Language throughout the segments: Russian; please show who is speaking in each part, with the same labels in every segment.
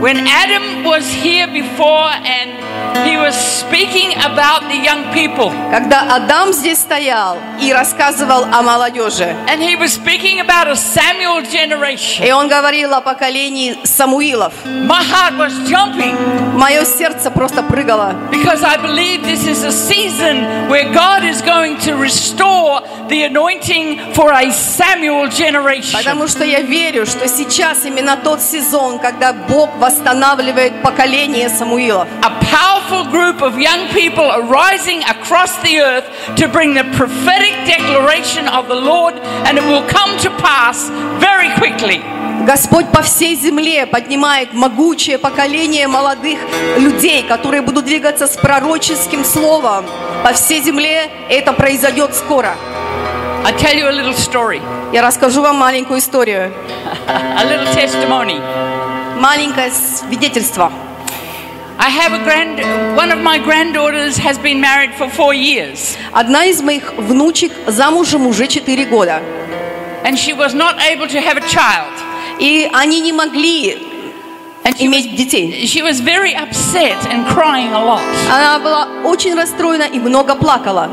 Speaker 1: When Adam was here before and he was speaking about the young people,
Speaker 2: Когда Адам здесь стоял и рассказывал о молодежи,
Speaker 1: and he was speaking about a Samuel generation,
Speaker 2: и он говорил о поколении Самуилов,
Speaker 1: my heart was jumping
Speaker 2: мое сердце просто прыгало.
Speaker 1: because I believe this is a season where God is going to restore the anointing for a Samuel generation.
Speaker 2: Потому что я верю, что сейчас именно тот сезон, когда Бог восстанавливает поколение Самуилов.
Speaker 1: A powerful group of young people arising across the earth to bring the prophetic declaration of the Lord, and it will come to pass very quickly.
Speaker 2: Господь по всей земле поднимает могучее поколение молодых людей, которые будут двигаться с пророческим словом. По всей земле это произойдет скоро.
Speaker 1: I'll tell you a little story,
Speaker 2: Я расскажу вам маленькую историю.
Speaker 1: a little testimony.
Speaker 2: Маленькое свидетельство.
Speaker 1: I have a grand, one of my granddaughters has been married for four years,
Speaker 2: Одна из моих внучек замужем уже 4 года.
Speaker 1: and she was not able to have a child.
Speaker 2: И они не могли
Speaker 1: And she was,
Speaker 2: иметь детей.
Speaker 1: she was very upset and crying a lot.
Speaker 2: Она была очень расстроена и много плакала.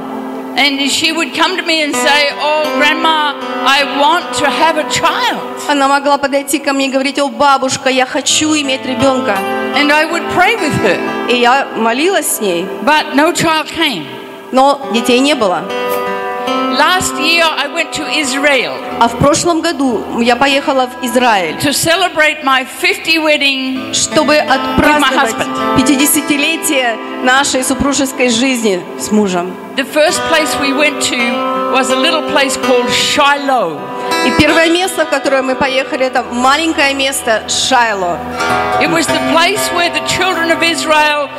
Speaker 1: And she would come to me and say, Oh, Grandma, I want to have a child.
Speaker 2: Она могла подойти ко мне и говорить, о, бабушка, я хочу иметь ребенка.
Speaker 1: And I would pray with her.
Speaker 2: И я молилась с ней,
Speaker 1: But no child came.
Speaker 2: но детей не было.
Speaker 1: Last year, I went to Israel
Speaker 2: А в прошлом году я поехала в Израиль,
Speaker 1: to celebrate my 50 wedding.
Speaker 2: чтобы отпраздновать
Speaker 1: With my
Speaker 2: 50-летие нашей супружеской жизни с мужем.
Speaker 1: The first place we went to was a little place called Shiloh.
Speaker 2: И первое место, в которое мы поехали, это маленькое место Шайло.
Speaker 1: It was the place where the children of Israel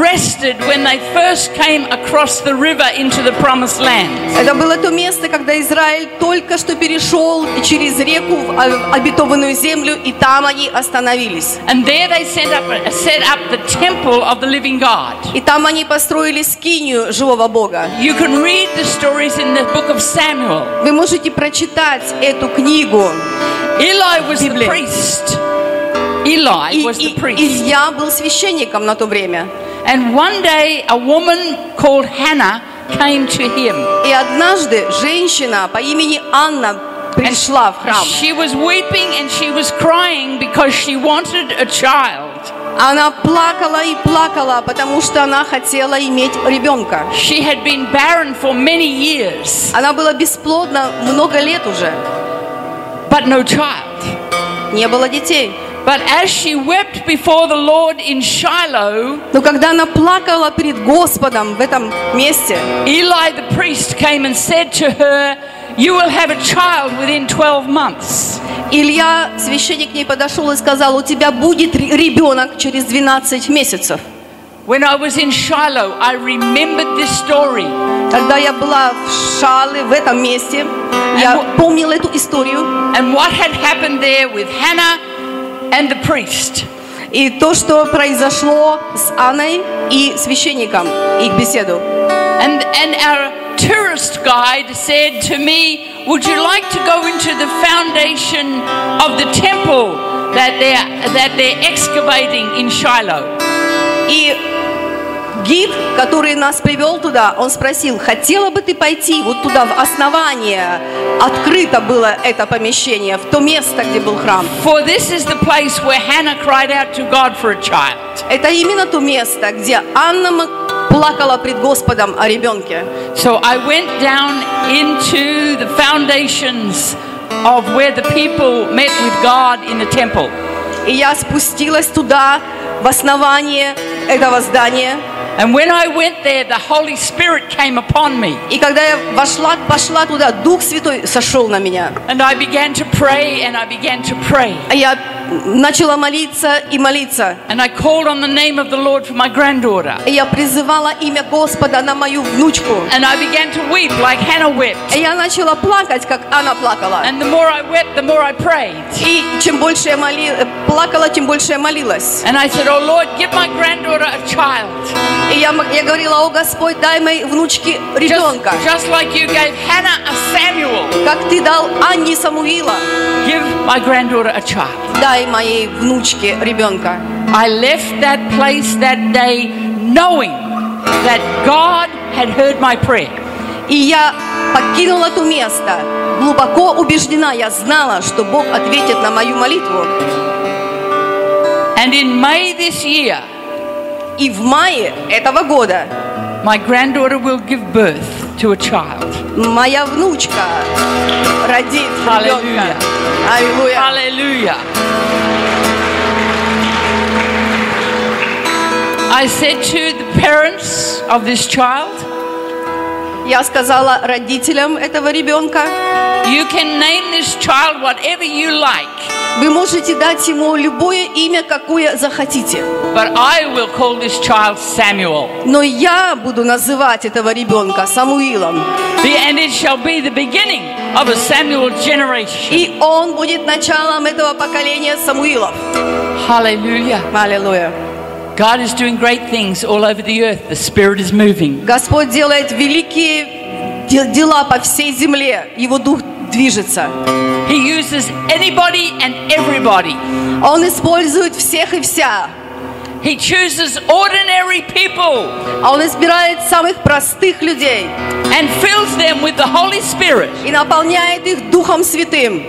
Speaker 1: rested when they first came across the river into the promised land.
Speaker 2: Это было то место, когда Израиль только что перешел через реку в о- обетованную землю, и там они остановились.
Speaker 1: And there they set up, set up the temple of the living God.
Speaker 2: И там они построили скинию живого Бога.
Speaker 1: You can read the stories in the book of Samuel.
Speaker 2: Вы можете прочитать эту книгу.
Speaker 1: Eli was the
Speaker 2: Bible.
Speaker 1: priest. Eli
Speaker 2: И,
Speaker 1: was the
Speaker 2: и-
Speaker 1: priest.
Speaker 2: Илья был священником на то время.
Speaker 1: And one day a woman called Hannah came to him.
Speaker 2: И однажды женщина по имени Анна пришла в храм.
Speaker 1: She was weeping and she was crying because she wanted a child.
Speaker 2: Она плакала и плакала, потому что она хотела иметь ребенка.
Speaker 1: She had been barren for many years,
Speaker 2: Она была бесплодна много лет уже.
Speaker 1: but no child.
Speaker 2: Не было детей.
Speaker 1: But as she wept before the Lord in Shiloh,
Speaker 2: Но когда она плакала перед Господом в этом месте,
Speaker 1: Eli the priest came and said to her, You will have a child within 12 months.
Speaker 2: Илья, священник, к ней подошел и сказал, у тебя будет ре- ребенок через 12 месяцев.
Speaker 1: When I was in Shiloh, I remembered this story.
Speaker 2: Когда я была в Шале, в этом месте, я помнила эту историю.
Speaker 1: And what had happened there with Hannah and the priest.
Speaker 2: И то, что произошло с Анной и священником, их беседу.
Speaker 1: And, and our tourist guide said to me, Would you like to go into the foundation of the temple that they're, that they're excavating in Shiloh?
Speaker 2: И гид, который нас привел туда, он спросил, хотела бы ты пойти вот туда, в основание, открыто было это помещение, в то место, где был храм.
Speaker 1: For this is the place where Hannah cried out to God for a child.
Speaker 2: Это именно то место, где Анна Мак- плакала пред Господом о ребенке.
Speaker 1: So I went down into the foundations of where the people met with God in the temple.
Speaker 2: И я спустилась туда, в основание этого здания.
Speaker 1: And when I went there, the Holy Spirit came upon me.
Speaker 2: И когда я вошла, пошла туда, Дух Святой сошел на меня.
Speaker 1: And I began to pray and I began to pray.
Speaker 2: А Я начала молиться и молиться.
Speaker 1: And I called on the name of the Lord for my granddaughter.
Speaker 2: И я призывала имя Господа на мою внучку.
Speaker 1: And I began to weep like Hannah wept.
Speaker 2: И Я начала плакать, как она плакала.
Speaker 1: And the more I wept, the more I prayed.
Speaker 2: И чем больше я моли- плакала, тем больше я молилась.
Speaker 1: And I said, Oh Lord, give my granddaughter a child.
Speaker 2: И я, м- я говорила, о Господь, дай моей внучке
Speaker 1: Just,
Speaker 2: ребенка,
Speaker 1: just like you gave Hannah a Samuel,
Speaker 2: как ты дал Анне Самуила.
Speaker 1: give my granddaughter a child.
Speaker 2: дай моей внучке ребенка.
Speaker 1: I left that place that day knowing that God had heard my prayer.
Speaker 2: И я покинула то место, глубоко убеждена, я знала, что Бог ответит на мою молитву.
Speaker 1: And in May this year,
Speaker 2: И в мае этого года
Speaker 1: my granddaughter will give birth to a child.
Speaker 2: моя внучка родит ребенка.
Speaker 1: Аллилуйя.
Speaker 2: Аллилуйя.
Speaker 1: Hallelujah. I said to the parents of this child,
Speaker 2: Я сказала родителям этого ребенка,
Speaker 1: you can name this child whatever you like,
Speaker 2: вы можете дать ему любое имя, какое захотите.
Speaker 1: but I will call this child Samuel.
Speaker 2: Но я буду называть этого ребенка Самуилом.
Speaker 1: The- And it shall be the beginning of a Samuel generation.
Speaker 2: И он будет началом этого поколения Самуилов.
Speaker 1: Hallelujah.
Speaker 2: Аллилуйя.
Speaker 1: God is doing great things all over the earth. The Spirit is moving.
Speaker 2: Господь делает великие де- дела по всей земле. Его дух движется.
Speaker 1: He uses anybody and everybody.
Speaker 2: Он использует всех и вся.
Speaker 1: He chooses ordinary people
Speaker 2: А он избирает самых простых людей
Speaker 1: and fills them with the Holy Spirit.
Speaker 2: и наполняет их Духом Святым.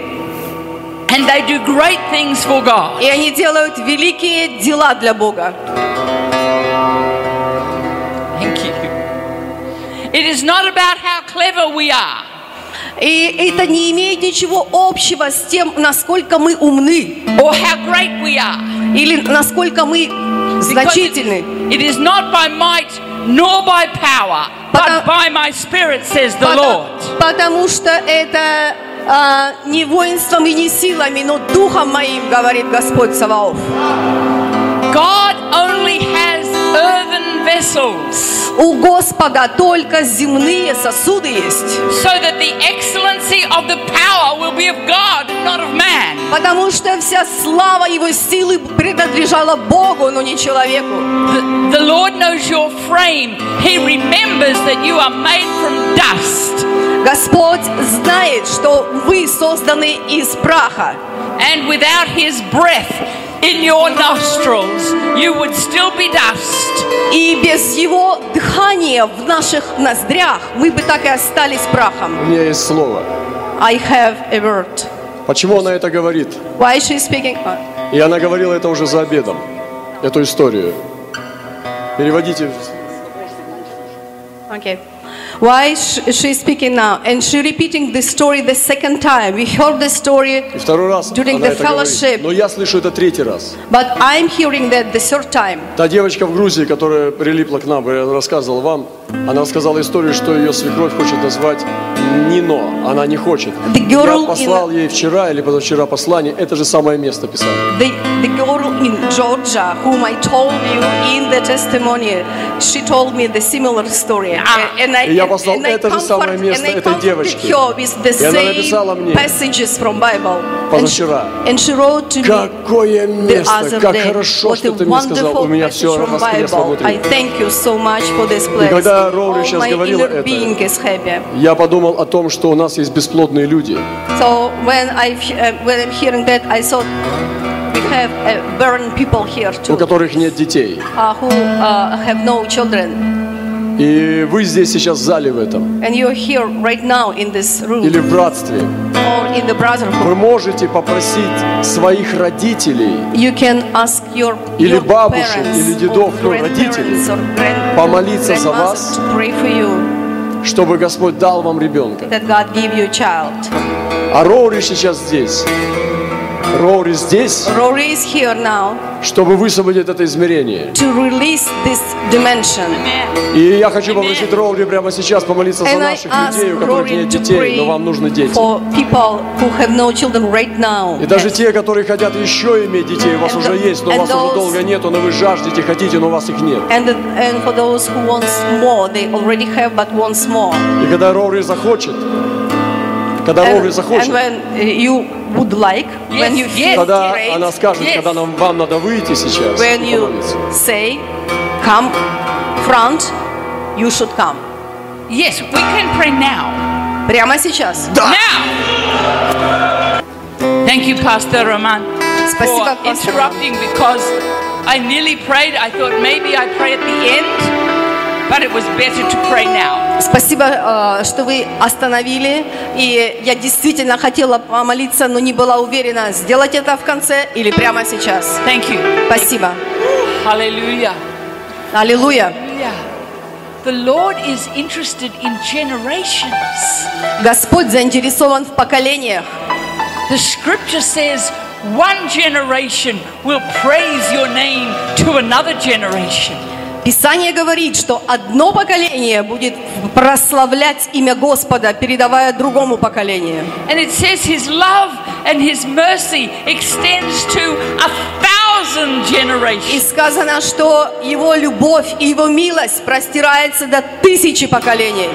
Speaker 1: And they do great things for God.
Speaker 2: И они делают великие дела для Бога.
Speaker 1: Thank you. It is not about how clever we are
Speaker 2: И это не имеет ничего общего с тем, насколько мы умны
Speaker 1: or how great we are.
Speaker 2: или насколько мы
Speaker 1: Because
Speaker 2: значительны.
Speaker 1: it it is not by might nor by power,
Speaker 2: Потому-
Speaker 1: but by my Spirit, says the
Speaker 2: Пота-
Speaker 1: Lord.
Speaker 2: Потому что это а, не воинством и не силами, но духом моим, говорит Господь Саваоф.
Speaker 1: God only has earthen vessels
Speaker 2: У Господа только земные сосуды есть.
Speaker 1: so that the excellency of the power will be of God and not of man.
Speaker 2: Потому что вся слава его силы принадлежала Богу, но не человеку.
Speaker 1: The, the Lord knows your frame. He remembers that you are made from dust.
Speaker 2: Господь знает, что вы созданы из праха.
Speaker 1: And without his breath in your nostrils, you would still be dust.
Speaker 2: И без его дыхания в наших ноздрях мы бы так и остались
Speaker 3: У
Speaker 2: прахом.
Speaker 3: меня есть слово.
Speaker 2: I have a word.
Speaker 3: Почему она это говорит?
Speaker 2: Why is she speaking? Uh,
Speaker 3: И она говорила это уже за обедом, эту историю. Переводите. в-
Speaker 2: Okay. Why sh- she is speaking now? And she repeating the story the second time. We heard the story,
Speaker 3: И второй раз
Speaker 2: During
Speaker 3: она
Speaker 2: the
Speaker 3: это говорит.
Speaker 2: fellowship.
Speaker 3: Но я слышу это третий раз.
Speaker 2: but I'm hearing that the third time.
Speaker 3: Та девочка в Грузии, которая прилипла к нам, я рассказывал вам, она рассказала историю, что ее свекровь хочет назвать Нино. Она не хочет.
Speaker 2: The girl
Speaker 3: я послал ей вчера или позавчера послание, это же самое место писали.
Speaker 2: The, the girl in Georgia, whom I told you in the testimony, she told me the similar story. And, and I,
Speaker 3: И я послал
Speaker 2: and I
Speaker 3: это же самое место
Speaker 2: and I
Speaker 3: этой
Speaker 2: comforted
Speaker 3: девочке.
Speaker 2: her with the
Speaker 3: И она написала
Speaker 2: same
Speaker 3: мне
Speaker 2: passages from Bible. And she,
Speaker 3: позавчера.
Speaker 2: and she wrote to me
Speaker 3: Какое
Speaker 2: the
Speaker 3: место!
Speaker 2: other
Speaker 3: Как
Speaker 2: day.
Speaker 3: хорошо,
Speaker 2: What a
Speaker 3: что ты мне сказал.
Speaker 2: wonderful
Speaker 3: У меня
Speaker 2: passage
Speaker 3: все
Speaker 2: from
Speaker 3: раскресло
Speaker 2: Bible. I
Speaker 3: внутри.
Speaker 2: thank you so much for this place.
Speaker 3: когда Роули
Speaker 2: All
Speaker 3: сейчас
Speaker 2: my
Speaker 3: говорила
Speaker 2: inner
Speaker 3: это,
Speaker 2: being is happy.
Speaker 3: Я подумал о том, что у нас есть бесплодные люди.
Speaker 2: So when I uh, when I'm hearing that, I thought we have uh, barren people here
Speaker 3: у
Speaker 2: too.
Speaker 3: которых нет детей.
Speaker 2: uh, who uh, have no children,
Speaker 3: И вы здесь сейчас в зале в этом,
Speaker 2: and you're here right now in this room
Speaker 3: или в братстве.
Speaker 2: or in the brotherhood,
Speaker 3: Вы можете попросить своих родителей
Speaker 2: you can ask your,
Speaker 3: Или
Speaker 2: your
Speaker 3: бабушек,
Speaker 2: parents
Speaker 3: или дедов,
Speaker 2: or
Speaker 3: ну, родителей
Speaker 2: grandparents or grand,
Speaker 3: помолиться за
Speaker 2: grandmothers
Speaker 3: вас.
Speaker 2: to pray for you
Speaker 3: чтобы Господь дал вам ребенка.
Speaker 2: that God give you a child.
Speaker 3: А Роури сейчас здесь. Роури здесь,
Speaker 2: Rory is here now
Speaker 3: чтобы высвободить это измерение.
Speaker 2: to release this dimension.
Speaker 3: И я хочу попросить Роури прямо сейчас помолиться за
Speaker 2: And I
Speaker 3: наших
Speaker 2: ask
Speaker 3: людей, у которых
Speaker 2: Rory
Speaker 3: нет
Speaker 2: to
Speaker 3: детей,
Speaker 2: pray
Speaker 3: но вам нужны дети.
Speaker 2: for people who have no children right now.
Speaker 3: И даже те, которые хотят еще иметь детей, у вас
Speaker 2: And
Speaker 3: уже
Speaker 2: the-
Speaker 3: есть, но
Speaker 2: and
Speaker 3: у вас
Speaker 2: those-
Speaker 3: уже долго нету, но вы жаждете, хотите, но у вас их нет.
Speaker 2: And, and for those who wants more, they already have but wants more.
Speaker 3: И когда Роури захочет, когда Роури
Speaker 2: And,
Speaker 3: захочет,
Speaker 2: and when uh, you would like, when you
Speaker 1: Yes,
Speaker 2: feel
Speaker 1: yes.
Speaker 3: Когда
Speaker 2: great,
Speaker 3: она скажет,
Speaker 1: Yes.
Speaker 3: когда нам, вам надо выйти сейчас,
Speaker 2: when
Speaker 3: и
Speaker 2: you
Speaker 3: помолиться.
Speaker 2: say, come front, you should come.
Speaker 1: Yes, we can pray now.
Speaker 2: Прямо сейчас.
Speaker 1: Now! Thank you, Pastor Roman. for
Speaker 2: Спасибо, пастор.
Speaker 1: interrupting because I nearly prayed. I thought maybe I pray at the end, but it was better to pray now.
Speaker 2: Спасибо, э, что вы остановили. И я действительно хотела помолиться, но не была уверена, сделать это в конце или прямо сейчас.
Speaker 1: Thank you.
Speaker 2: Спасибо.
Speaker 1: Hallelujah.
Speaker 2: Аллилуйя.
Speaker 1: Hallelujah. The Lord is interested in generations.
Speaker 2: Господь заинтересован в поколениях.
Speaker 1: The scripture says one generation will praise your name to another generation.
Speaker 2: Писание говорит, что одно поколение будет прославлять имя Господа, передавая другому поколению.
Speaker 1: And it says his love and his mercy extends to a thousand
Speaker 2: И
Speaker 1: generations.
Speaker 2: сказано, что его любовь и его милость простирается до тысячи поколений.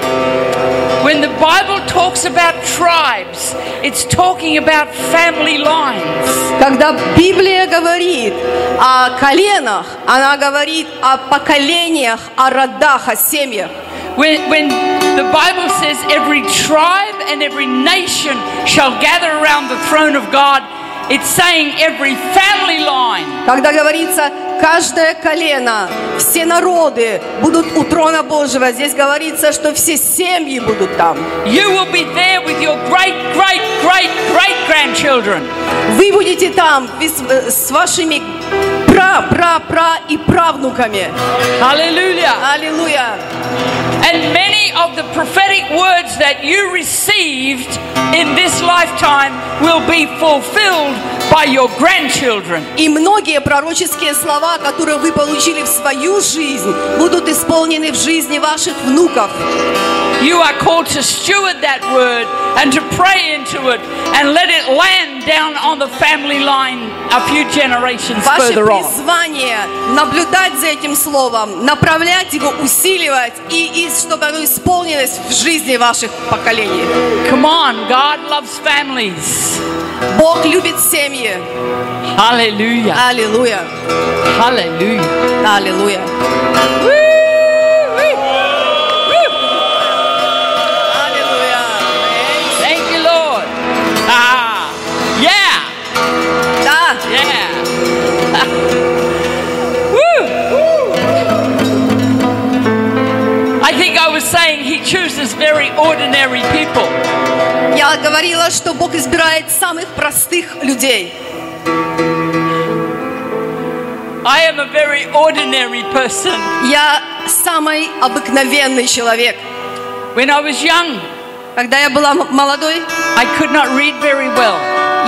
Speaker 1: When the Bible talks about tribes, it's talking about family lines.
Speaker 2: Когда Библия говорит о коленах, она говорит о поколениях, о родах, о семьях.
Speaker 1: When, when the Bible says every tribe and every nation shall gather around the throne of God, it's saying every family line.
Speaker 2: Когда говорится «каждое колено, все народы будут у трона Божьего», здесь говорится, что все семьи будут там.
Speaker 1: You will be there with your great, great, great, great grandchildren.
Speaker 2: Вы будете там вы с, э, с вашими пра, пра, пра и правнуками.
Speaker 1: Hallelujah.
Speaker 2: Аллилуйя!
Speaker 1: And many of the prophetic words that you received in this lifetime will be fulfilled by your grandchildren.
Speaker 2: И многие пророческие слова, которые вы получили в свою жизнь, будут исполнены в жизни ваших внуков.
Speaker 1: You are called to steward that word and to pray into it and let it land down on the family line a few generations
Speaker 2: Ваше
Speaker 1: further on.
Speaker 2: призвание наблюдать за этим словом, направлять его, усиливать, и, и чтобы оно исполнилось в жизни ваших поколений.
Speaker 1: Come on, God loves families.
Speaker 2: Бог любит семьи.
Speaker 1: Hallelujah.
Speaker 2: Аллилуйя.
Speaker 1: Hallelujah.
Speaker 2: Аллилуйя. Аллилуйя.
Speaker 1: Thank you, Lord. Ah, yeah.
Speaker 2: Да.
Speaker 1: Yeah. Woo. I think I was saying he chooses very ordinary people.
Speaker 2: Я говорила, что Бог избирает самых простых людей.
Speaker 1: I am a very ordinary person.
Speaker 2: Я самый обыкновенный человек.
Speaker 1: When I was young,
Speaker 2: Когда я была м- молодой,
Speaker 1: I could not read very well.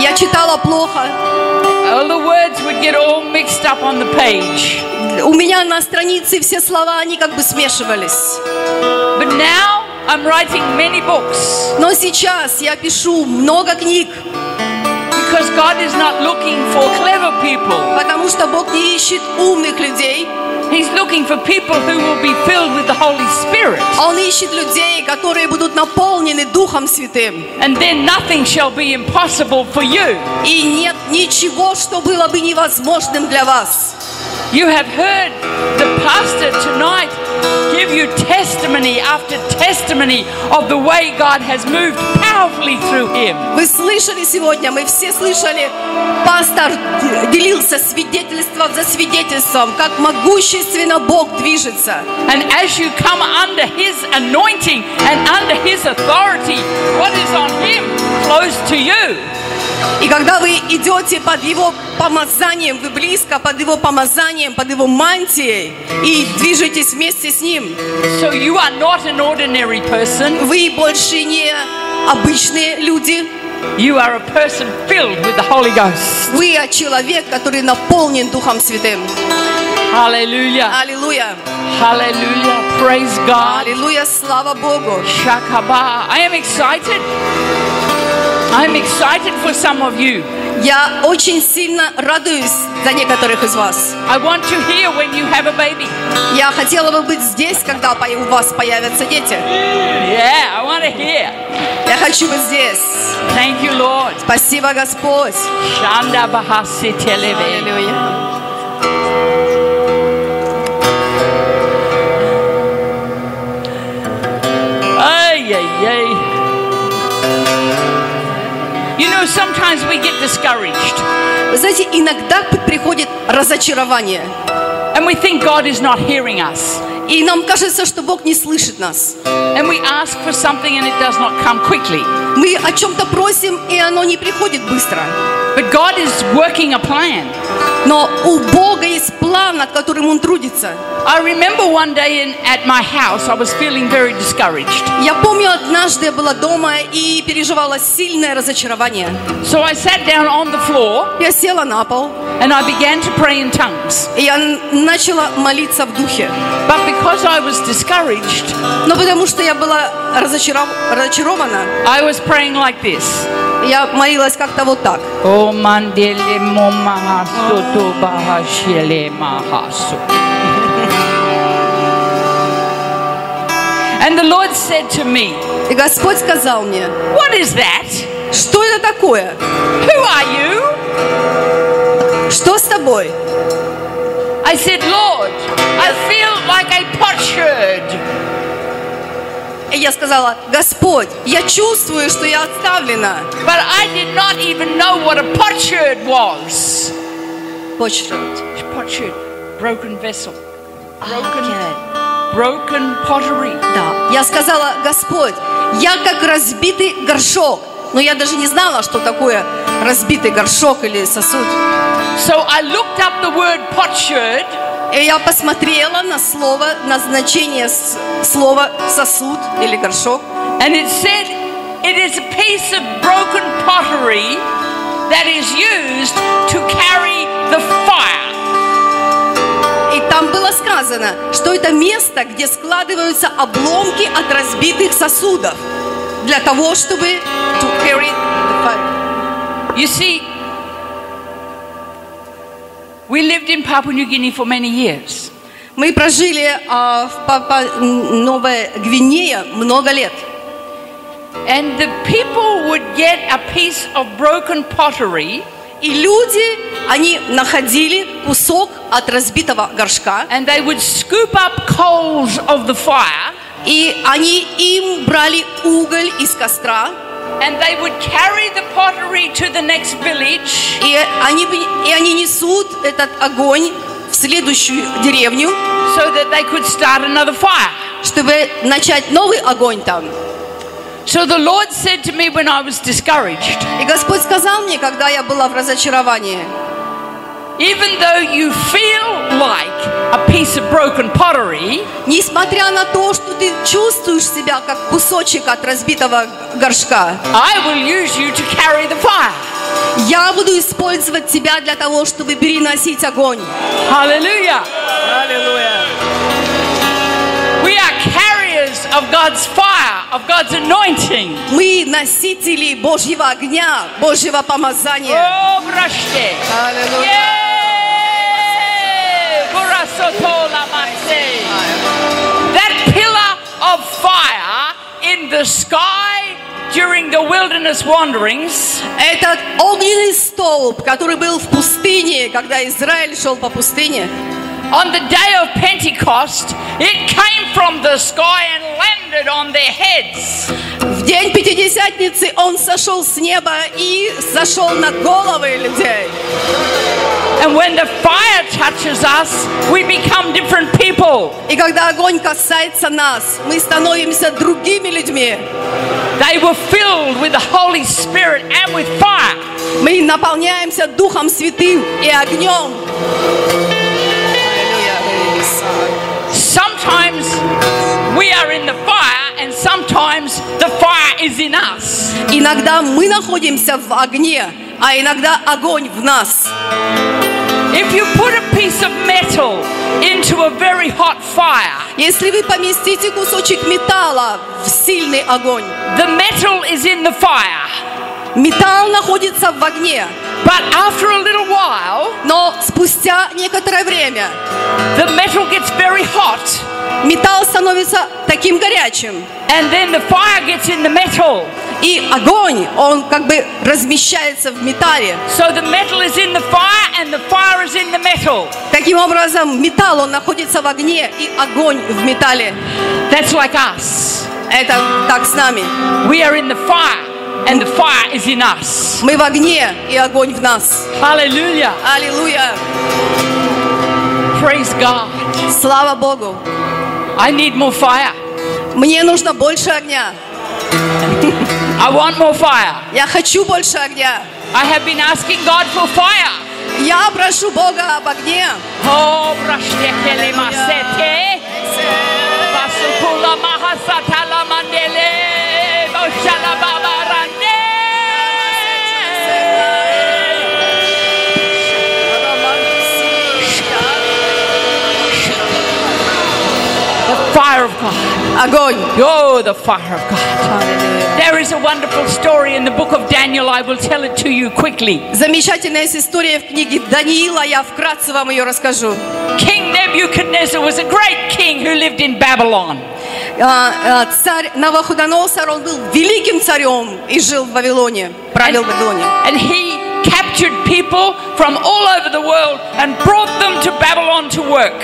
Speaker 2: я читала плохо.
Speaker 1: All the words would get all mixed up on the page.
Speaker 2: У меня на странице все слова, они как бы смешивались.
Speaker 1: But now I'm writing many books
Speaker 2: Но сейчас я пишу много книг,
Speaker 1: because God is not looking for clever people.
Speaker 2: потому что Бог не ищет умных людей,
Speaker 1: He's looking for people who will be filled with the Holy Spirit.
Speaker 2: а Он ищет людей, которые будут наполнены Духом Святым.
Speaker 1: And then nothing shall be impossible for you.
Speaker 2: И нет ничего, что было бы невозможным для вас.
Speaker 1: You have heard the pastor tonight give you testimony after testimony of the way God has moved powerfully through him.
Speaker 2: Вы слышали сегодня, мы все слышали, пастор делился свидетельством за свидетельством, как могущественно Бог движется.
Speaker 1: And as you come under his anointing and under his authority, what is on him flows to you.
Speaker 2: И когда вы идете под его помазанием, вы близко под его помазанием, под его мантией, и движетесь вместе с ним,
Speaker 1: So you are not an ordinary person,
Speaker 2: вы больше не обычные люди,
Speaker 1: you are a person filled with the Holy Ghost.
Speaker 2: вы а человек, который наполнен Духом Святым.
Speaker 1: Hallelujah.
Speaker 2: Аллилуйя!
Speaker 1: Hallelujah. Praise God.
Speaker 2: Аллилуйя! Слава Богу!
Speaker 1: Shakaba. I am excited. I'm excited for some of you.
Speaker 2: Я очень сильно радуюсь за некоторых из вас.
Speaker 1: I want you here when you have a baby.
Speaker 2: Я хотела бы быть здесь, когда по- у вас появятся дети.
Speaker 1: Yeah, I want to hear.
Speaker 2: Я хочу быть здесь.
Speaker 1: Thank you, Lord.
Speaker 2: Спасибо, Господь.
Speaker 1: Shanda Bahasi Televe.
Speaker 2: Аллилуйя.
Speaker 1: Ay, ay, ay. You know, sometimes we get discouraged.
Speaker 2: Вы знаете, иногда приходит разочарование.
Speaker 1: And we think God is not hearing us.
Speaker 2: И нам кажется, что Бог не слышит нас.
Speaker 1: And we ask for something and it does not come quickly.
Speaker 2: Мы о чем-то просим, и оно не приходит быстро.
Speaker 1: But God is working a plan.
Speaker 2: Но у Бога есть план, над которым Он трудится.
Speaker 1: I remember one day in, at my house, I was feeling very discouraged.
Speaker 2: Я помню, однажды я была дома и переживала сильное разочарование.
Speaker 1: So I sat down on the floor
Speaker 2: Я села на пол,
Speaker 1: and I began to pray in tongues.
Speaker 2: и я н- начала молиться в духе.
Speaker 1: But because I was discouraged,
Speaker 2: Но потому что я была разочаров- разочарована,
Speaker 1: I was praying like this.
Speaker 2: я молилась как-то вот так.
Speaker 1: O mandele mo mahaso to bahashele mahaso. And the Lord said to me,
Speaker 2: И Господь сказал мне,
Speaker 1: What is that?
Speaker 2: что это такое?
Speaker 1: Who are you?
Speaker 2: Что с тобой?
Speaker 1: I said, Lord, I feel like a potsherd.
Speaker 2: И я сказала, Господь, я чувствую, что я отставлена.
Speaker 1: But I did not even know what a potsherd was.
Speaker 2: Почерк.
Speaker 1: Potsherd, broken vessel,
Speaker 2: Ah,
Speaker 1: broken, broken pottery.
Speaker 2: Да. Я сказала, Господь, я как разбитый горшок. Но я даже не знала, что такое разбитый горшок или сосуд.
Speaker 1: So I looked up the word potsherd
Speaker 2: И я посмотрела на слово, на значение с- слова сосуд или горшок.
Speaker 1: And it said, it is a piece of broken pottery that is used to carry the fire.
Speaker 2: И там было сказано, что это место, где складываются обломки от разбитых сосудов для того, чтобы to carry the fire.
Speaker 1: You see, we lived in Papua New Guinea for many years.
Speaker 2: Мы прожили а, в Папа Новая Гвинея много лет.
Speaker 1: And the people would get a piece of broken pottery
Speaker 2: И люди, они находили кусок от разбитого горшка,
Speaker 1: and they would scoop up coals of the fire
Speaker 2: и они им брали уголь из костра,
Speaker 1: and they would carry the pottery to the next village
Speaker 2: и они, и они несут этот огонь в следующую деревню,
Speaker 1: so that they could start another fire.
Speaker 2: чтобы начать новый огонь там.
Speaker 1: So the Lord said to me when I was discouraged,
Speaker 2: И Господь сказал мне, когда я была в разочаровании,
Speaker 1: even though you feel like a piece of broken pottery,
Speaker 2: несмотря на то, что ты чувствуешь себя как кусочек от разбитого горшка,
Speaker 1: I will use you to carry the fire.
Speaker 2: я буду использовать тебя для того, чтобы переносить огонь.
Speaker 1: Hallelujah. We are carriers of God's fire, of God's anointing.
Speaker 2: Мы носители Божьего огня, Божьего помазания.
Speaker 1: Oh, brashte. Yeah. Burasoto lamase. That pillar of fire in the sky during the wilderness wanderings
Speaker 2: Этот огненный столб, который был в пустыне, когда Израиль шел по пустыне,
Speaker 1: on the day of Pentecost, it came from the sky and landed on their heads.
Speaker 2: в день Пятидесятницы он сошел с неба и сошел на головы людей.
Speaker 1: And when the fire touches us, we become different people.
Speaker 2: И когда огонь касается нас, мы становимся другими людьми.
Speaker 1: They were filled with the Holy Spirit and with fire.
Speaker 2: Мы наполняемся Духом Святым и огнем.
Speaker 1: Sometimes we are in the fire, and sometimes the fire is in us.
Speaker 2: Иногда мы находимся в огне, а иногда огонь в нас.
Speaker 1: If you put a piece of metal into a very hot fire,
Speaker 2: Если вы поместите кусочек металла в сильный огонь,
Speaker 1: the metal is in the fire.
Speaker 2: металл находится в огне,
Speaker 1: But after a little while,
Speaker 2: но спустя некоторое время
Speaker 1: the metal gets very hot,
Speaker 2: металл становится таким горячим.
Speaker 1: and then the fire gets in the metal.
Speaker 2: И огонь, он как бы размещается в металле.
Speaker 1: So the metal is in the fire, and the fire is in the metal.
Speaker 2: Таким образом, металл, он находится в огне, и огонь в металле.
Speaker 1: That's like us.
Speaker 2: Это так с нами.
Speaker 1: We are in the fire, and the fire is in us.
Speaker 2: Мы в огне, и огонь в нас.
Speaker 1: Hallelujah.
Speaker 2: Аллилуйя!
Speaker 1: Praise God.
Speaker 2: Слава Богу!
Speaker 1: I need more fire.
Speaker 2: Мне нужно больше огня.
Speaker 1: I want more fire.
Speaker 2: Я хочу больше огня.
Speaker 1: I have been asking God for fire.
Speaker 2: Я прошу Бога об огне.
Speaker 1: Oh, brashtekele masete. Basukula mahasatala mandele. Boshalababarande. The fire of God.
Speaker 2: Огонь.
Speaker 1: Oh, the fire of God.
Speaker 2: Аллилуйя.
Speaker 1: There is a wonderful story in the book of Daniel. I will tell it to you quickly.
Speaker 2: Замечательная есть история в книге Даниила, я вкратце вам ее расскажу.
Speaker 1: King Nebuchadnezzar was a great king who lived in Babylon.
Speaker 2: А, а, Царь Навуходоносор, он был великим царем и жил в Вавилоне, правил в Вавилоне.
Speaker 1: And he captured people from all over the world and brought them to Babylon to work.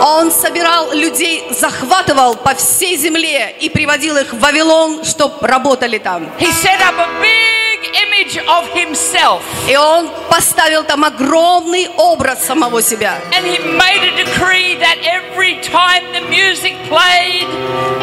Speaker 2: Он собирал людей, захватывал по всей земле и приводил их в Вавилон, чтоб работали там.
Speaker 1: He set up a big image of himself
Speaker 2: И он поставил там огромный образ самого себя.
Speaker 1: and he made a decree that every time the music played,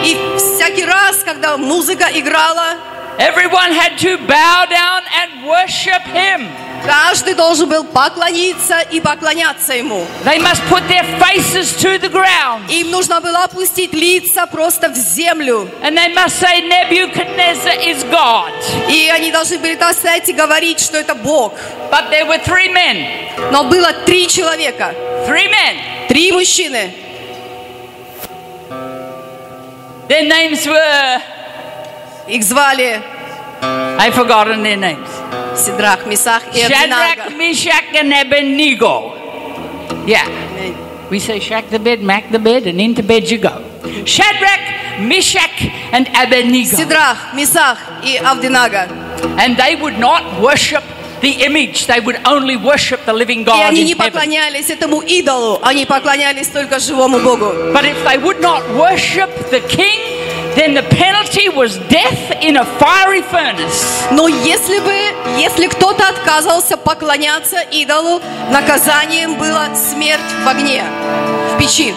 Speaker 2: И всякий раз, когда музыка играла,
Speaker 1: everyone had to bow down and worship him.
Speaker 2: каждый должен был поклониться и поклоняться ему.
Speaker 1: They must put their faces to the ground.
Speaker 2: Им нужно было опустить лица просто в землю.
Speaker 1: And they must say Nebuchadnezzar is God.
Speaker 2: И они должны были там стоять и говорить, что это Бог.
Speaker 1: But there were three men.
Speaker 2: Но было три человека,
Speaker 1: Three men.
Speaker 2: три мужчины.
Speaker 1: Their names were.
Speaker 2: Их звали
Speaker 1: I've forgotten their names.
Speaker 2: Сидрах, Месах и Абдинага.
Speaker 1: Shadrach, Meshach, and Abednego. Yeah. We say shack the bed, mack the bed, and into bed you go. Shadrach, Meshach, and Abednego.
Speaker 2: Сидрах, Месах и Авдинага.
Speaker 1: And they would not worship the image, they would only worship the living
Speaker 2: И
Speaker 1: God
Speaker 2: они
Speaker 1: in
Speaker 2: не
Speaker 1: heaven.
Speaker 2: поклонялись этому идолу, они поклонялись только живому Богу.
Speaker 1: But if they would not worship the king, then the penalty was death in a fiery furnace.
Speaker 2: Но если бы, если кто-то отказывался поклоняться идолу, наказанием была смерть в огне, в печи.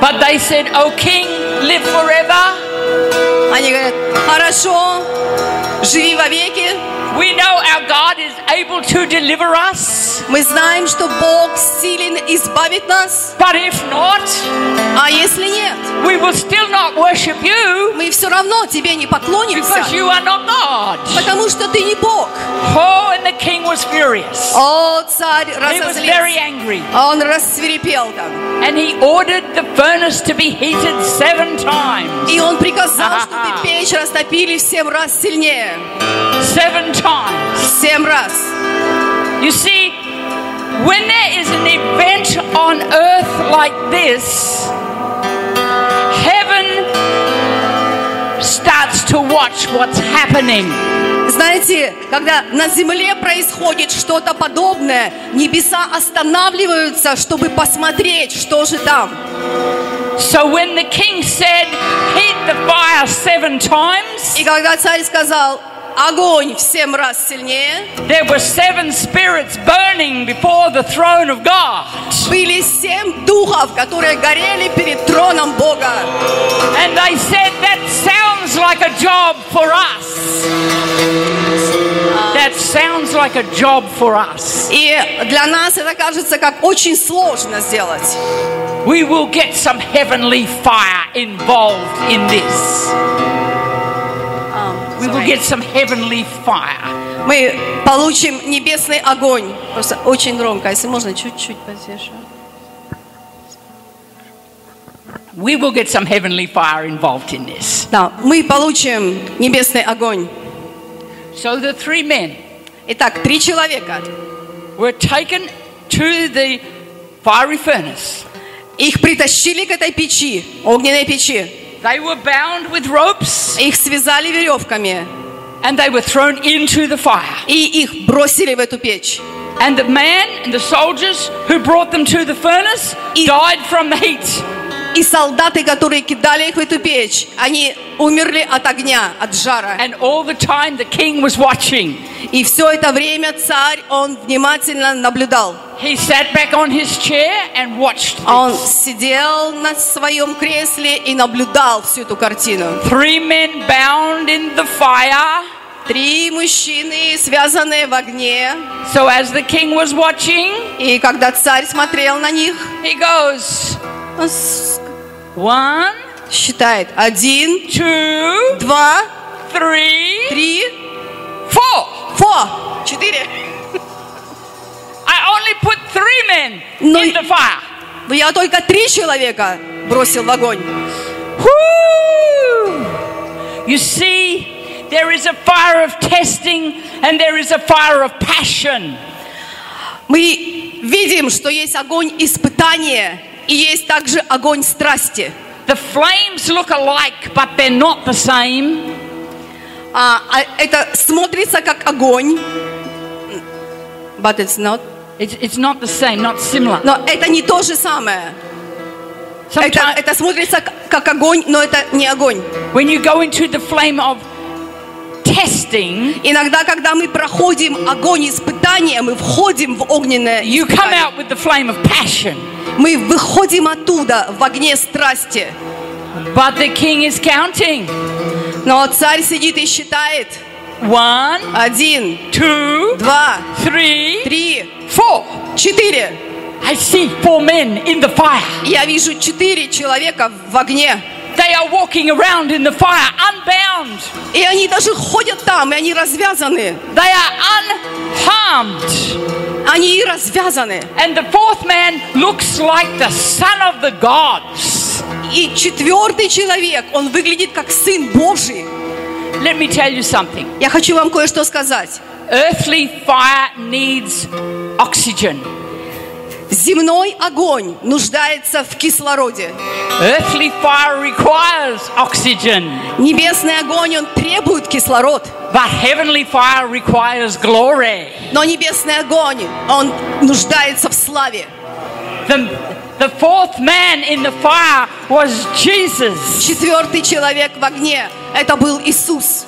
Speaker 1: But they said, O king, live forever.
Speaker 2: Они говорят, хорошо, живи вовеки,
Speaker 1: We know our God is able to deliver us.
Speaker 2: мы знаем, что Бог силен избавить нас,
Speaker 1: But if not,
Speaker 2: а если нет,
Speaker 1: we will still not worship you
Speaker 2: мы все равно тебе не поклонимся,
Speaker 1: because you are not God.
Speaker 2: потому что ты не Бог.
Speaker 1: Oh, and the king was furious.
Speaker 2: О, царь
Speaker 1: He was
Speaker 2: разозлился.
Speaker 1: very angry.
Speaker 2: А Он рассверепел там.
Speaker 1: And he ordered the furnace to be heated seven times.
Speaker 2: И он приказал,
Speaker 1: Ага.
Speaker 2: чтобы печь растопили в семь раз сильнее.
Speaker 1: Seven times.
Speaker 2: Семь раз.
Speaker 1: You see, when there is an event on earth like this, heaven starts to watch what's happening.
Speaker 2: Знаете, когда на земле происходит что-то подобное, небеса останавливаются, чтобы посмотреть, что же там.
Speaker 1: So when the king said, Heat the fire seven times,
Speaker 2: И когда царь сказал, огонь в семь раз сильнее,
Speaker 1: there were seven spirits burning before the throne of God.
Speaker 2: были семь духов, которые горели перед троном Бога.
Speaker 1: And they said, That sounds like a job for us. That sounds like a job for us.
Speaker 2: И для нас это кажется как очень сложно сделать.
Speaker 1: We will get some heavenly fire involved in this. We will get some heavenly fire.
Speaker 2: Мы получим небесный огонь. Просто очень громко, а если можно, чуть-чуть потише.
Speaker 1: We will get some heavenly fire involved in this.
Speaker 2: Да, мы получим небесный огонь.
Speaker 1: So the three men
Speaker 2: Итак, три человека.
Speaker 1: were taken to the fiery furnace.
Speaker 2: Их притащили к этой печи, огненной печи.
Speaker 1: They were bound with ropes
Speaker 2: Их связали веревками
Speaker 1: and they were thrown into the fire.
Speaker 2: и их бросили в эту печь.
Speaker 1: And the man and the soldiers who brought them to the furnace
Speaker 2: И-
Speaker 1: died from the heat.
Speaker 2: И солдаты, которые кидали их в эту печь, они умерли от огня, от жара.
Speaker 1: And all the time the king was watching.
Speaker 2: И все это время царь, он внимательно наблюдал.
Speaker 1: He sat back on his chair and watched.
Speaker 2: А он
Speaker 1: this.
Speaker 2: сидел на своем кресле и наблюдал всю эту картину.
Speaker 1: Three men bound in the fire.
Speaker 2: Три мужчины, связанные в огне.
Speaker 1: So as the king was watching,
Speaker 2: И когда царь смотрел на них,
Speaker 1: he goes,
Speaker 2: он с-
Speaker 1: one,
Speaker 2: считает. Один,
Speaker 1: two,
Speaker 2: два,
Speaker 1: three,
Speaker 2: три,
Speaker 1: four.
Speaker 2: фо. Четыре.
Speaker 1: I only put three men
Speaker 2: No,
Speaker 1: in
Speaker 2: y-
Speaker 1: the fire.
Speaker 2: Но я только три человека бросил в огонь.
Speaker 1: Whoo! You see, there is a fire of testing and there is a fire of passion.
Speaker 2: Мы видим, что есть огонь испытания и есть также огонь страсти.
Speaker 1: The flames look alike, but they're not the same.
Speaker 2: А, а это смотрится как огонь. But it's not.
Speaker 1: It's, it's not the same, not similar.
Speaker 2: Но это не то же самое. Это,
Speaker 1: Sometimes
Speaker 2: это смотрится к- как огонь, но это не огонь.
Speaker 1: when you go into the flame of testing,
Speaker 2: Иногда, когда мы проходим огонь испытания, мы входим в огненное
Speaker 1: you come
Speaker 2: испытание.
Speaker 1: out with the flame of passion.
Speaker 2: Мы выходим оттуда в огне страсти.
Speaker 1: But the king is counting.
Speaker 2: Но царь сидит и считает.
Speaker 1: One,
Speaker 2: Один,
Speaker 1: two,
Speaker 2: два,
Speaker 1: three,
Speaker 2: три,
Speaker 1: four.
Speaker 2: четыре.
Speaker 1: I see four men in the fire.
Speaker 2: Я вижу четыре человека в огне.
Speaker 1: They are walking around in the fire, unbound.
Speaker 2: И они даже ходят там, и они развязаны.
Speaker 1: They are unharmed.
Speaker 2: Они и развязаны.
Speaker 1: And the fourth man looks like the son of the gods.
Speaker 2: И четвертый человек, он выглядит как Сын Божий.
Speaker 1: Let me tell you something.
Speaker 2: Я хочу вам кое-что сказать.
Speaker 1: Earthly fire needs oxygen.
Speaker 2: Земной огонь нуждается в кислороде.
Speaker 1: Earthly fire requires oxygen,
Speaker 2: Небесный огонь, он требует кислород.
Speaker 1: but heavenly fire requires glory.
Speaker 2: Но небесный огонь, он нуждается в славе.
Speaker 1: The, the fourth man in the fire was Jesus.
Speaker 2: Четвертый человек в огне, это был Иисус.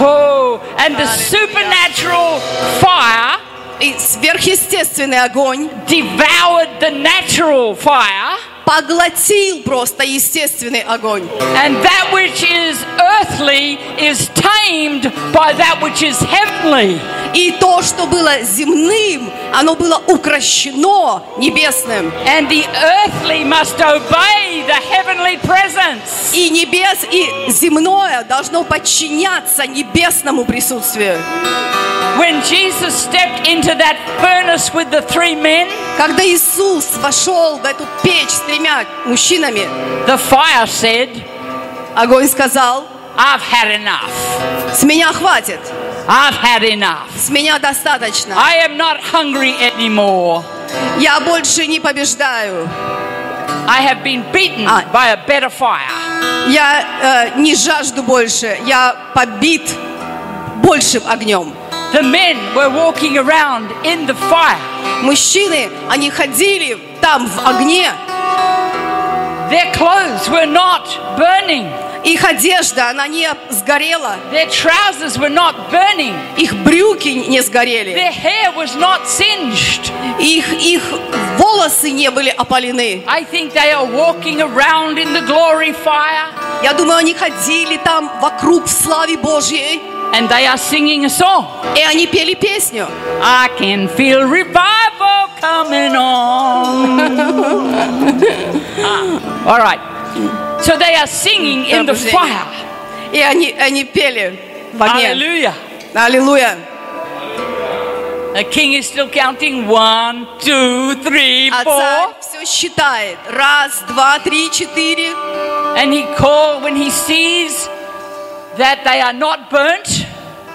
Speaker 1: Oh, and the supernatural fire
Speaker 2: И сверхъестественный огонь
Speaker 1: devoured the natural fire.
Speaker 2: поглотил просто естественный огонь.
Speaker 1: And that which is earthly is tamed by that which is heavenly.
Speaker 2: И то, что было земным, оно было укращено небесным.
Speaker 1: And the earthly must obey the heavenly presence.
Speaker 2: И небес, и земное должно подчиняться небесному присутствию.
Speaker 1: When Jesus stepped into that furnace with the three men,
Speaker 2: Когда Иисус вошел в эту печь с тремя мужчинами,
Speaker 1: the fire said,
Speaker 2: огонь сказал,
Speaker 1: I've had enough.
Speaker 2: с меня хватит,
Speaker 1: I've had enough.
Speaker 2: с меня достаточно,
Speaker 1: I am not hungry anymore.
Speaker 2: я больше не побеждаю,
Speaker 1: I have been beaten
Speaker 2: Ah.
Speaker 1: by a better fire.
Speaker 2: я э, не жажду больше, я побит большим огнем.
Speaker 1: The men were walking around in the fire.
Speaker 2: Мужчины, они ходили там в огне,
Speaker 1: Their clothes were not burning.
Speaker 2: их одежда, она не сгорела,
Speaker 1: Their trousers were not burning.
Speaker 2: их брюки не сгорели,
Speaker 1: Their hair was not singed.
Speaker 2: их, их волосы не были опалены.
Speaker 1: I think they are walking around in the glory fire
Speaker 2: Я думаю, они ходили там вокруг в славе Божьей,
Speaker 1: and they are singing a song.
Speaker 2: и они пели песню.
Speaker 1: I can feel revival coming on. Ah, all right. So they are singing in the fire.
Speaker 2: И они, они пели в огне.
Speaker 1: Hallelujah.
Speaker 2: Аллилуйя.
Speaker 1: The king is still counting one, two, three,
Speaker 2: А
Speaker 1: four.
Speaker 2: царь все считает. Раз, два, три, четыре.
Speaker 1: And he calls when he sees that they are not burnt.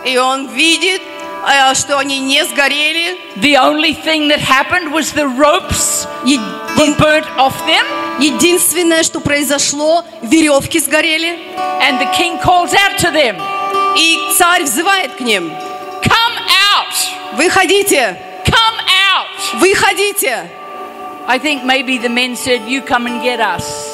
Speaker 2: И он видит, э, что они не сгорели.
Speaker 1: The only thing that happened was the ropes
Speaker 2: Е-
Speaker 1: were burnt off them,
Speaker 2: Единственное, что произошло, веревки сгорели.
Speaker 1: and the king calls out to them,
Speaker 2: И царь взывает к ним.
Speaker 1: Come out!
Speaker 2: Выходите,
Speaker 1: Come out!
Speaker 2: выходите.
Speaker 1: I think maybe the men said, You come and get us.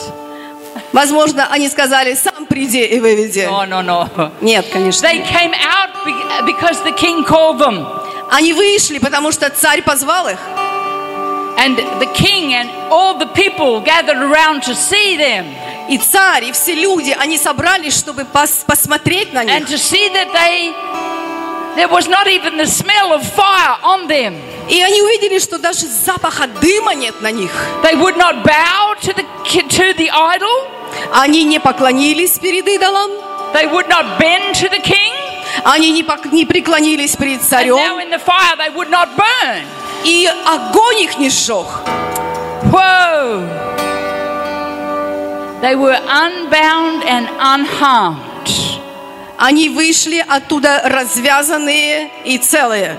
Speaker 2: Возможно, они сказали, сам приди и выведи.
Speaker 1: No, no, no.
Speaker 2: Нет, конечно.
Speaker 1: They came out be- because the king called them.
Speaker 2: Они вышли, потому что царь позвал их.
Speaker 1: And the king and all the people gathered around to see them
Speaker 2: И царь, и все люди, они собрались, чтобы пос- посмотреть на
Speaker 1: and
Speaker 2: них.
Speaker 1: to see that they there was not even the smell of fire on them.
Speaker 2: И они увидели, что даже запаха дыма нет на них.
Speaker 1: They would not bow to the ki- to the idol.
Speaker 2: Они не поклонились перед идолом.
Speaker 1: They would not bend to the king.
Speaker 2: Они не, пок- не преклонились перед
Speaker 1: And now
Speaker 2: царем.
Speaker 1: in the fire they would not burn.
Speaker 2: И огонь их не сжег.
Speaker 1: Whoa! They were unbound and unharmed.
Speaker 2: Они вышли оттуда развязанные и целые.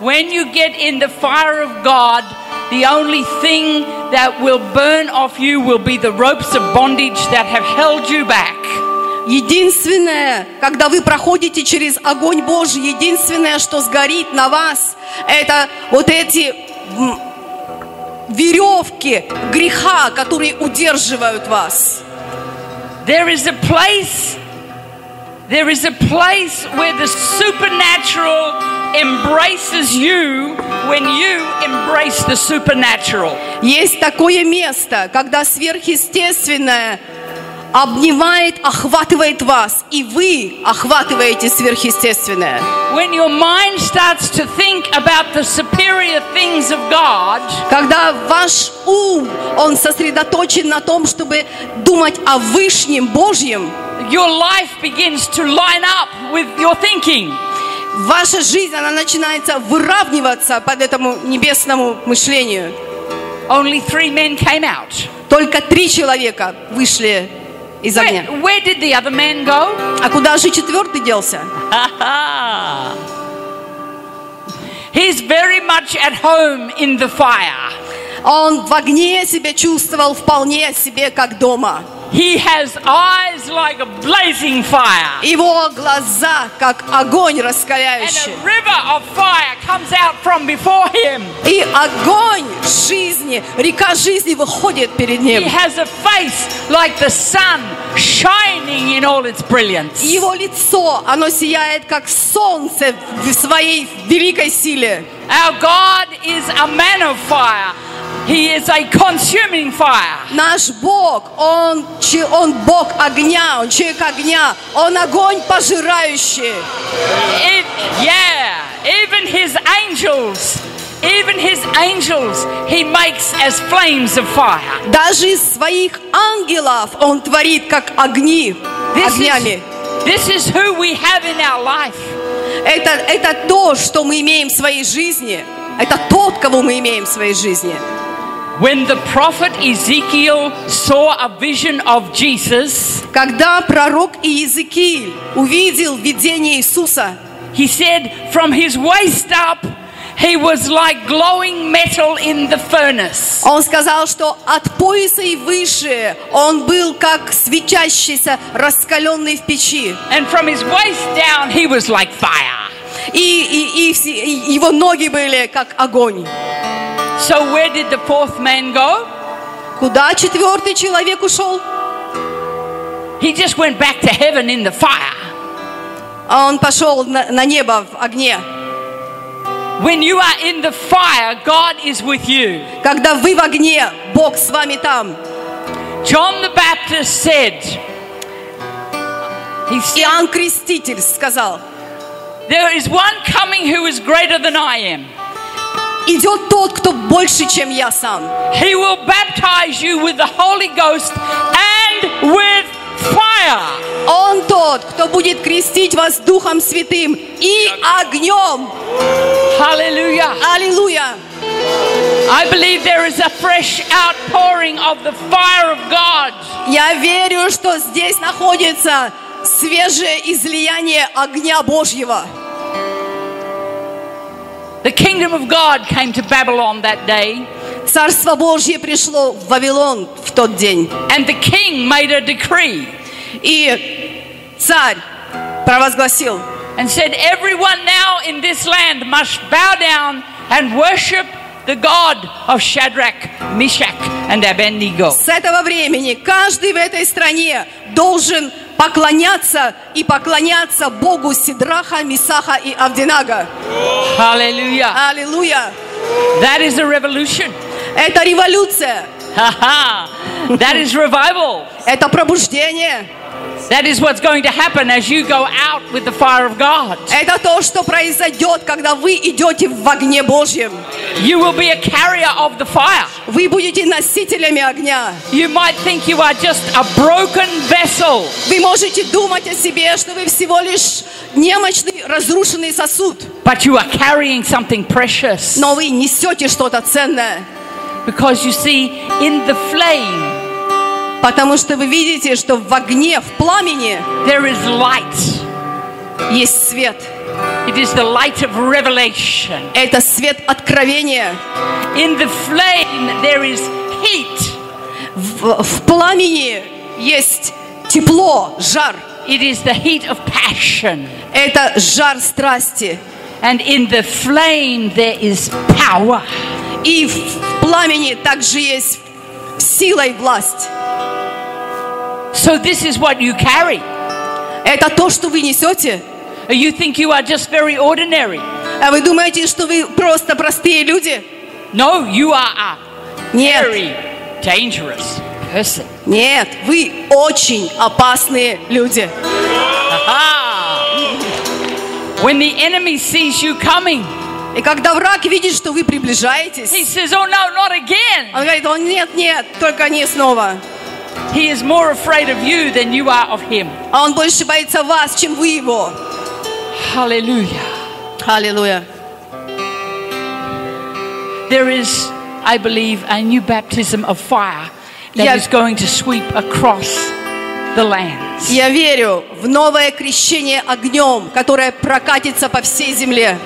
Speaker 1: When you get in the fire of God, the only thing that will burn off you will be the ropes of bondage that have held you back.
Speaker 2: Единственное, когда вы проходите через огонь Божий, единственное, что сгорит на вас, это вот эти м, веревки греха, которые удерживают вас.
Speaker 1: There is a place, there is a place where the supernatural embraces you when you embrace the supernatural.
Speaker 2: Есть такое место, когда сверхъестественное обнимает, охватывает вас, и вы охватываете сверхъестественное.
Speaker 1: When your mind starts to think about the superior things of God,
Speaker 2: Когда ваш ум, он сосредоточен на том, чтобы думать о Вышнем Божьем,
Speaker 1: your life begins to line up with your thinking.
Speaker 2: Ваша жизнь, она начинается выравниваться под этому небесному мышлению.
Speaker 1: Only three men came out.
Speaker 2: Только три человека вышли из огня.
Speaker 1: Where, where did the other man go?
Speaker 2: А куда же четвертый делся?
Speaker 1: He's very much at home in the fire.
Speaker 2: Он в огне себя чувствовал вполне себе как дома.
Speaker 1: He has eyes like a blazing fire.
Speaker 2: Его глаза как огонь
Speaker 1: And
Speaker 2: раскаляющий.
Speaker 1: a river of fire comes out from before him.
Speaker 2: И огонь жизни, река жизни выходит перед
Speaker 1: He
Speaker 2: ним.
Speaker 1: has a face like the sun shining in all its brilliance.
Speaker 2: Его лицо, оно сияет как солнце в своей великой силе.
Speaker 1: Our God is a man of fire. He is a consuming fire.
Speaker 2: Наш Бог, Он, че- он Бог огня, Он человек огня, Он огонь пожирающий.
Speaker 1: It, yeah, even his angels, even his angels, he makes as flames of fire.
Speaker 2: Даже из своих ангелов Он творит как огни,
Speaker 1: This
Speaker 2: огнями.
Speaker 1: is, this is who we have in our life.
Speaker 2: Это, это то, что мы имеем в своей жизни. Это тот, кого мы имеем в своей жизни.
Speaker 1: When the prophet Ezekiel saw a vision of Jesus,
Speaker 2: Когда пророк Иезекииль увидел видение Иисуса,
Speaker 1: he said from his waist up, he was like glowing metal in the furnace.
Speaker 2: он сказал, что от пояса и выше он был как светящийся, раскаленный в печи.
Speaker 1: And from his waist down, he was like fire.
Speaker 2: И, и- и все- и его ноги были как огонь.
Speaker 1: So where did the fourth man go?
Speaker 2: Куда четвертый человек ушел?
Speaker 1: He just went back to heaven in the fire.
Speaker 2: А он пошел на, на небо в огне.
Speaker 1: When you are in the fire, God is with you.
Speaker 2: Когда вы в огне, Бог с вами там.
Speaker 1: John the Baptist said, he said
Speaker 2: Иоанн Креститель сказал,
Speaker 1: there is one coming who is greater than I am.
Speaker 2: идет тот, кто больше, чем я сам.
Speaker 1: He will baptize you with the Holy Ghost and with fire.
Speaker 2: Он тот, кто будет крестить вас Духом Святым и огнем.
Speaker 1: Hallelujah.
Speaker 2: Аллилуйя!
Speaker 1: I believe there is a fresh outpouring of the fire of God.
Speaker 2: Я верю, что здесь находится свежее излияние огня Божьего.
Speaker 1: The kingdom of God came to Babylon that day.
Speaker 2: Царство Божье пришло в Вавилон в тот день.
Speaker 1: And the king made a decree
Speaker 2: И царь провозгласил,
Speaker 1: and said, Everyone now in this land must bow down and worship the God of Shadrach, Meshach, and Abednego.
Speaker 2: С этого времени каждый в этой стране должен поклоняться и поклоняться Богу Сидраха, Мисаха и Авдинага.
Speaker 1: Hallelujah.
Speaker 2: Аллилуйя!
Speaker 1: That is a revolution.
Speaker 2: Это революция,
Speaker 1: Ha ha. That is revival.
Speaker 2: это пробуждение,
Speaker 1: That is what's going to happen as you go out with the fire of God.
Speaker 2: это то, что произойдет, когда вы идете в огне Божьем.
Speaker 1: You will be a carrier of the fire.
Speaker 2: Вы будете носителями огня.
Speaker 1: You might think you are just a broken vessel,
Speaker 2: Вы можете думать о себе, что вы всего лишь немощный, разрушенный сосуд,
Speaker 1: but you are carrying something precious.
Speaker 2: но вы несете что-то ценное,
Speaker 1: Because you see, in the flame,
Speaker 2: потому что вы видите, что в огне, в пламени
Speaker 1: there is light.
Speaker 2: есть свет.
Speaker 1: It is the light of revelation.
Speaker 2: Это свет откровения.
Speaker 1: In the flame, there is heat.
Speaker 2: В, в пламени есть тепло, жар.
Speaker 1: It is the heat of passion.
Speaker 2: Это жар страсти.
Speaker 1: And in the flame, there is power.
Speaker 2: И в, в пламени также есть сила и власть.
Speaker 1: So, this is what you carry.
Speaker 2: Это то, что вы несете.
Speaker 1: You think you are just very ordinary.
Speaker 2: А вы думаете, что вы просто простые люди?
Speaker 1: No, you are a
Speaker 2: Нет,
Speaker 1: very dangerous person.
Speaker 2: нет, вы очень опасные люди.
Speaker 1: Aha! Ah. When the enemy sees you coming,
Speaker 2: И когда враг видит, что вы приближаетесь,
Speaker 1: he says, Oh no, not again.
Speaker 2: он говорит, он нет, нет, только не снова.
Speaker 1: He is more afraid of you than you are of him.
Speaker 2: А он больше боится вас, чем вы его.
Speaker 1: Hallelujah.
Speaker 2: Аллилуйя.
Speaker 1: There is, I believe, a new baptism of fire that is
Speaker 2: Yeah.
Speaker 1: going to sweep across the lands.
Speaker 2: Я верю в новое крещение огнем, которое прокатится по всей земле.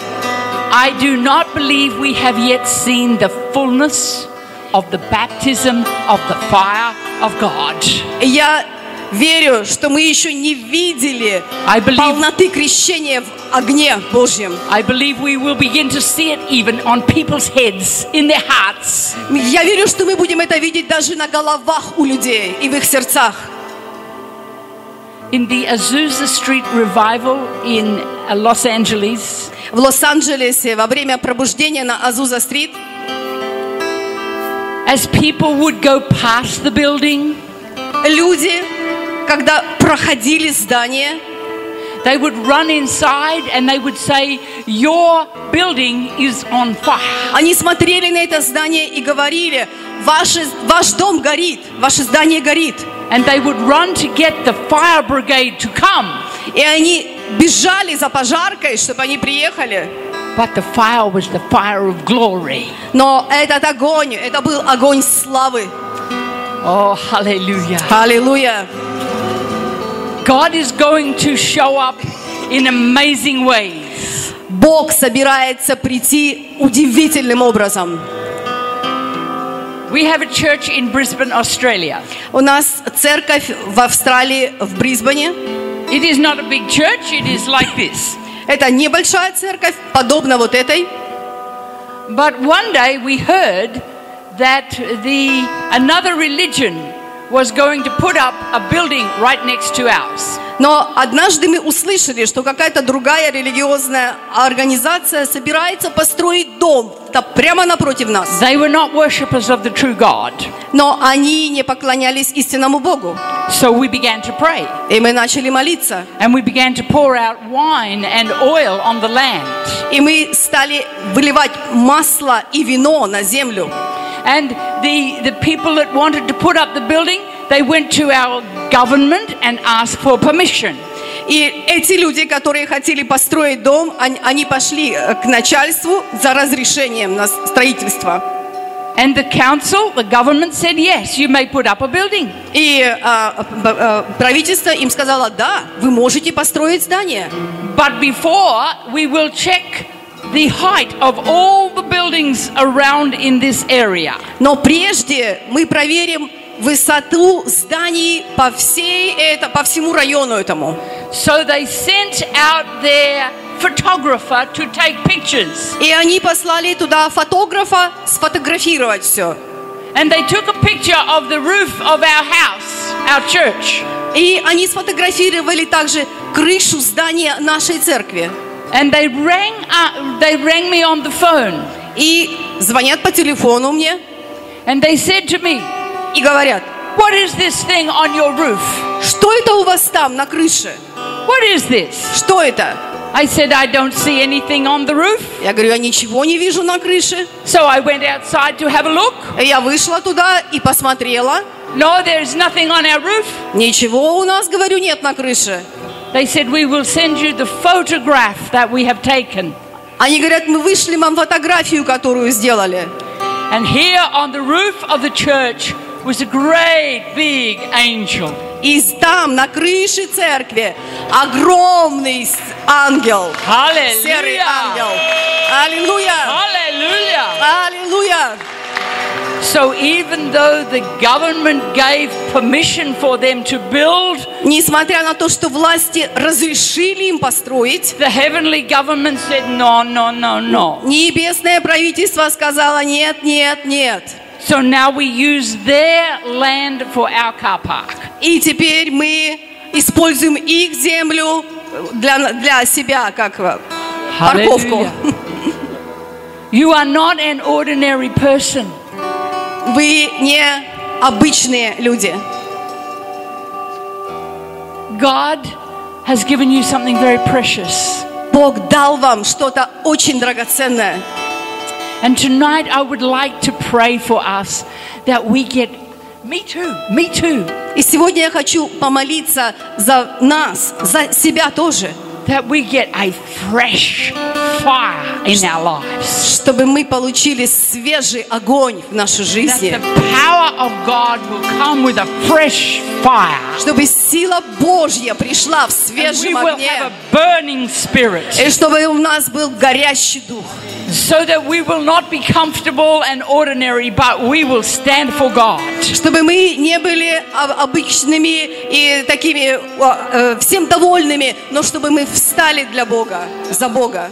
Speaker 1: I do not believe we have yet seen the fullness of the baptism of the fire of God.
Speaker 2: И Я верю, что мы еще не видели
Speaker 1: I believe
Speaker 2: полноты крещения в огне Божьем.
Speaker 1: I believe we will begin to see it even on people's heads, in their hearts.
Speaker 2: Я верю, что мы будем это видеть даже на головах у людей и в их сердцах.
Speaker 1: In the Azusa Street revival in uh, Los Angeles,
Speaker 2: В Лос-Анджелесе во время пробуждения на Азуза-стрит,
Speaker 1: as people would go past the building,
Speaker 2: люди, когда проходили здание,
Speaker 1: they would run inside and they would say, Your building is on fire.
Speaker 2: они смотрели на это здание и говорили, «Ваше- ваш дом горит, ваше здание горит.
Speaker 1: And they would run to get the fire brigade to come.
Speaker 2: И они бежали за пожаркой, чтобы они приехали.
Speaker 1: But the fire was the fire of glory.
Speaker 2: Но этот огонь, это был огонь славы.
Speaker 1: Oh, hallelujah.
Speaker 2: Аллилуйя.
Speaker 1: God is going to show up in amazing ways.
Speaker 2: Бог собирается прийти удивительным образом.
Speaker 1: We have a church in Brisbane, Australia.
Speaker 2: У нас церковь в Австралии, в Брисбене.
Speaker 1: It is not a big church, it is like this.
Speaker 2: Это небольшая церковь, подобно вот этой.
Speaker 1: But one day we heard that the another religion was going to put up a building right next to ours.
Speaker 2: Но однажды мы услышали, что какая-то другая религиозная организация собирается построить дом та- прямо напротив нас.
Speaker 1: They were not worshippers of the true God.
Speaker 2: Но они не поклонялись истинному Богу.
Speaker 1: So we began to pray
Speaker 2: И мы начали молиться.
Speaker 1: and we began to pour out wine and oil on the land.
Speaker 2: И мы стали выливать масло и вино на землю.
Speaker 1: And the, the people that wanted to put up the building, they went to our government and asked for permission.
Speaker 2: И эти люди, которые хотели построить дом, они, они пошли э, к начальству за разрешением на строительство.
Speaker 1: And the council, the government said, yes, you may put up a building.
Speaker 2: И а, б- э, правительство им сказало, да, вы можете построить здание.
Speaker 1: But before, we will check the height of all the buildings around in this area.
Speaker 2: Но прежде мы проверим высоту зданий по, всей это, по всему району этому.
Speaker 1: So they sent out their photographer to take pictures.
Speaker 2: И они послали туда фотографа сфотографировать все.
Speaker 1: And they took a picture of the roof of our house, our church.
Speaker 2: И они сфотографировали также крышу здания нашей церкви.
Speaker 1: And they rang, uh, they rang me on the phone
Speaker 2: И звонят по телефону мне
Speaker 1: and they said to me,
Speaker 2: и говорят,
Speaker 1: What is this thing on your roof?
Speaker 2: что это у вас там на крыше?
Speaker 1: What is this?
Speaker 2: Что это?
Speaker 1: I said, I don't see anything on the roof.
Speaker 2: Я говорю, я ничего не вижу на крыше.
Speaker 1: So I went outside to have a look.
Speaker 2: Я вышла туда и посмотрела.
Speaker 1: No, there's nothing on our roof.
Speaker 2: Ничего у нас, говорю, нет на крыше.
Speaker 1: They said, We will send you the photograph that we have taken.
Speaker 2: Они говорят, мы вышли вам фотографию, которую сделали.
Speaker 1: And here on the roof of the church was a great big angel.
Speaker 2: И там, на крыше церкви, огромный с- ангел. Серый ангел.
Speaker 1: Hallelujah.
Speaker 2: Аллилуйя!
Speaker 1: Hallelujah.
Speaker 2: Аллилуйя!
Speaker 1: So even though the government gave permission for them to build,
Speaker 2: Несмотря на то, что власти разрешили им построить,
Speaker 1: the heavenly government said, No, no, no, no.
Speaker 2: небесное правительство сказало нет, нет, нет.
Speaker 1: So now we use their land for our car park.
Speaker 2: И теперь мы используем их землю для, для себя, как э, парковку.
Speaker 1: You are not an ordinary person.
Speaker 2: Вы не обычные люди.
Speaker 1: God has given you something very precious.
Speaker 2: Бог дал вам что-то очень драгоценное.
Speaker 1: And tonight I would like to pray for us that we get me too, me too,
Speaker 2: И сегодня я хочу помолиться за нас, за себя тоже,
Speaker 1: that we get a fresh fire in our lives.
Speaker 2: чтобы мы получили свежий огонь в нашу
Speaker 1: That
Speaker 2: жизнь.
Speaker 1: the power of God will come with a fresh fire.
Speaker 2: чтобы сила Божья пришла в
Speaker 1: And we
Speaker 2: свежем
Speaker 1: will
Speaker 2: огне,
Speaker 1: have a burning spirit
Speaker 2: и чтобы у нас был горящий дух,
Speaker 1: so that we will not be comfortable and ordinary, but we will stand for God.
Speaker 2: чтобы мы не были о- обычными и такими о, э, всем довольными, но чтобы мы встали для Бога, за Бога.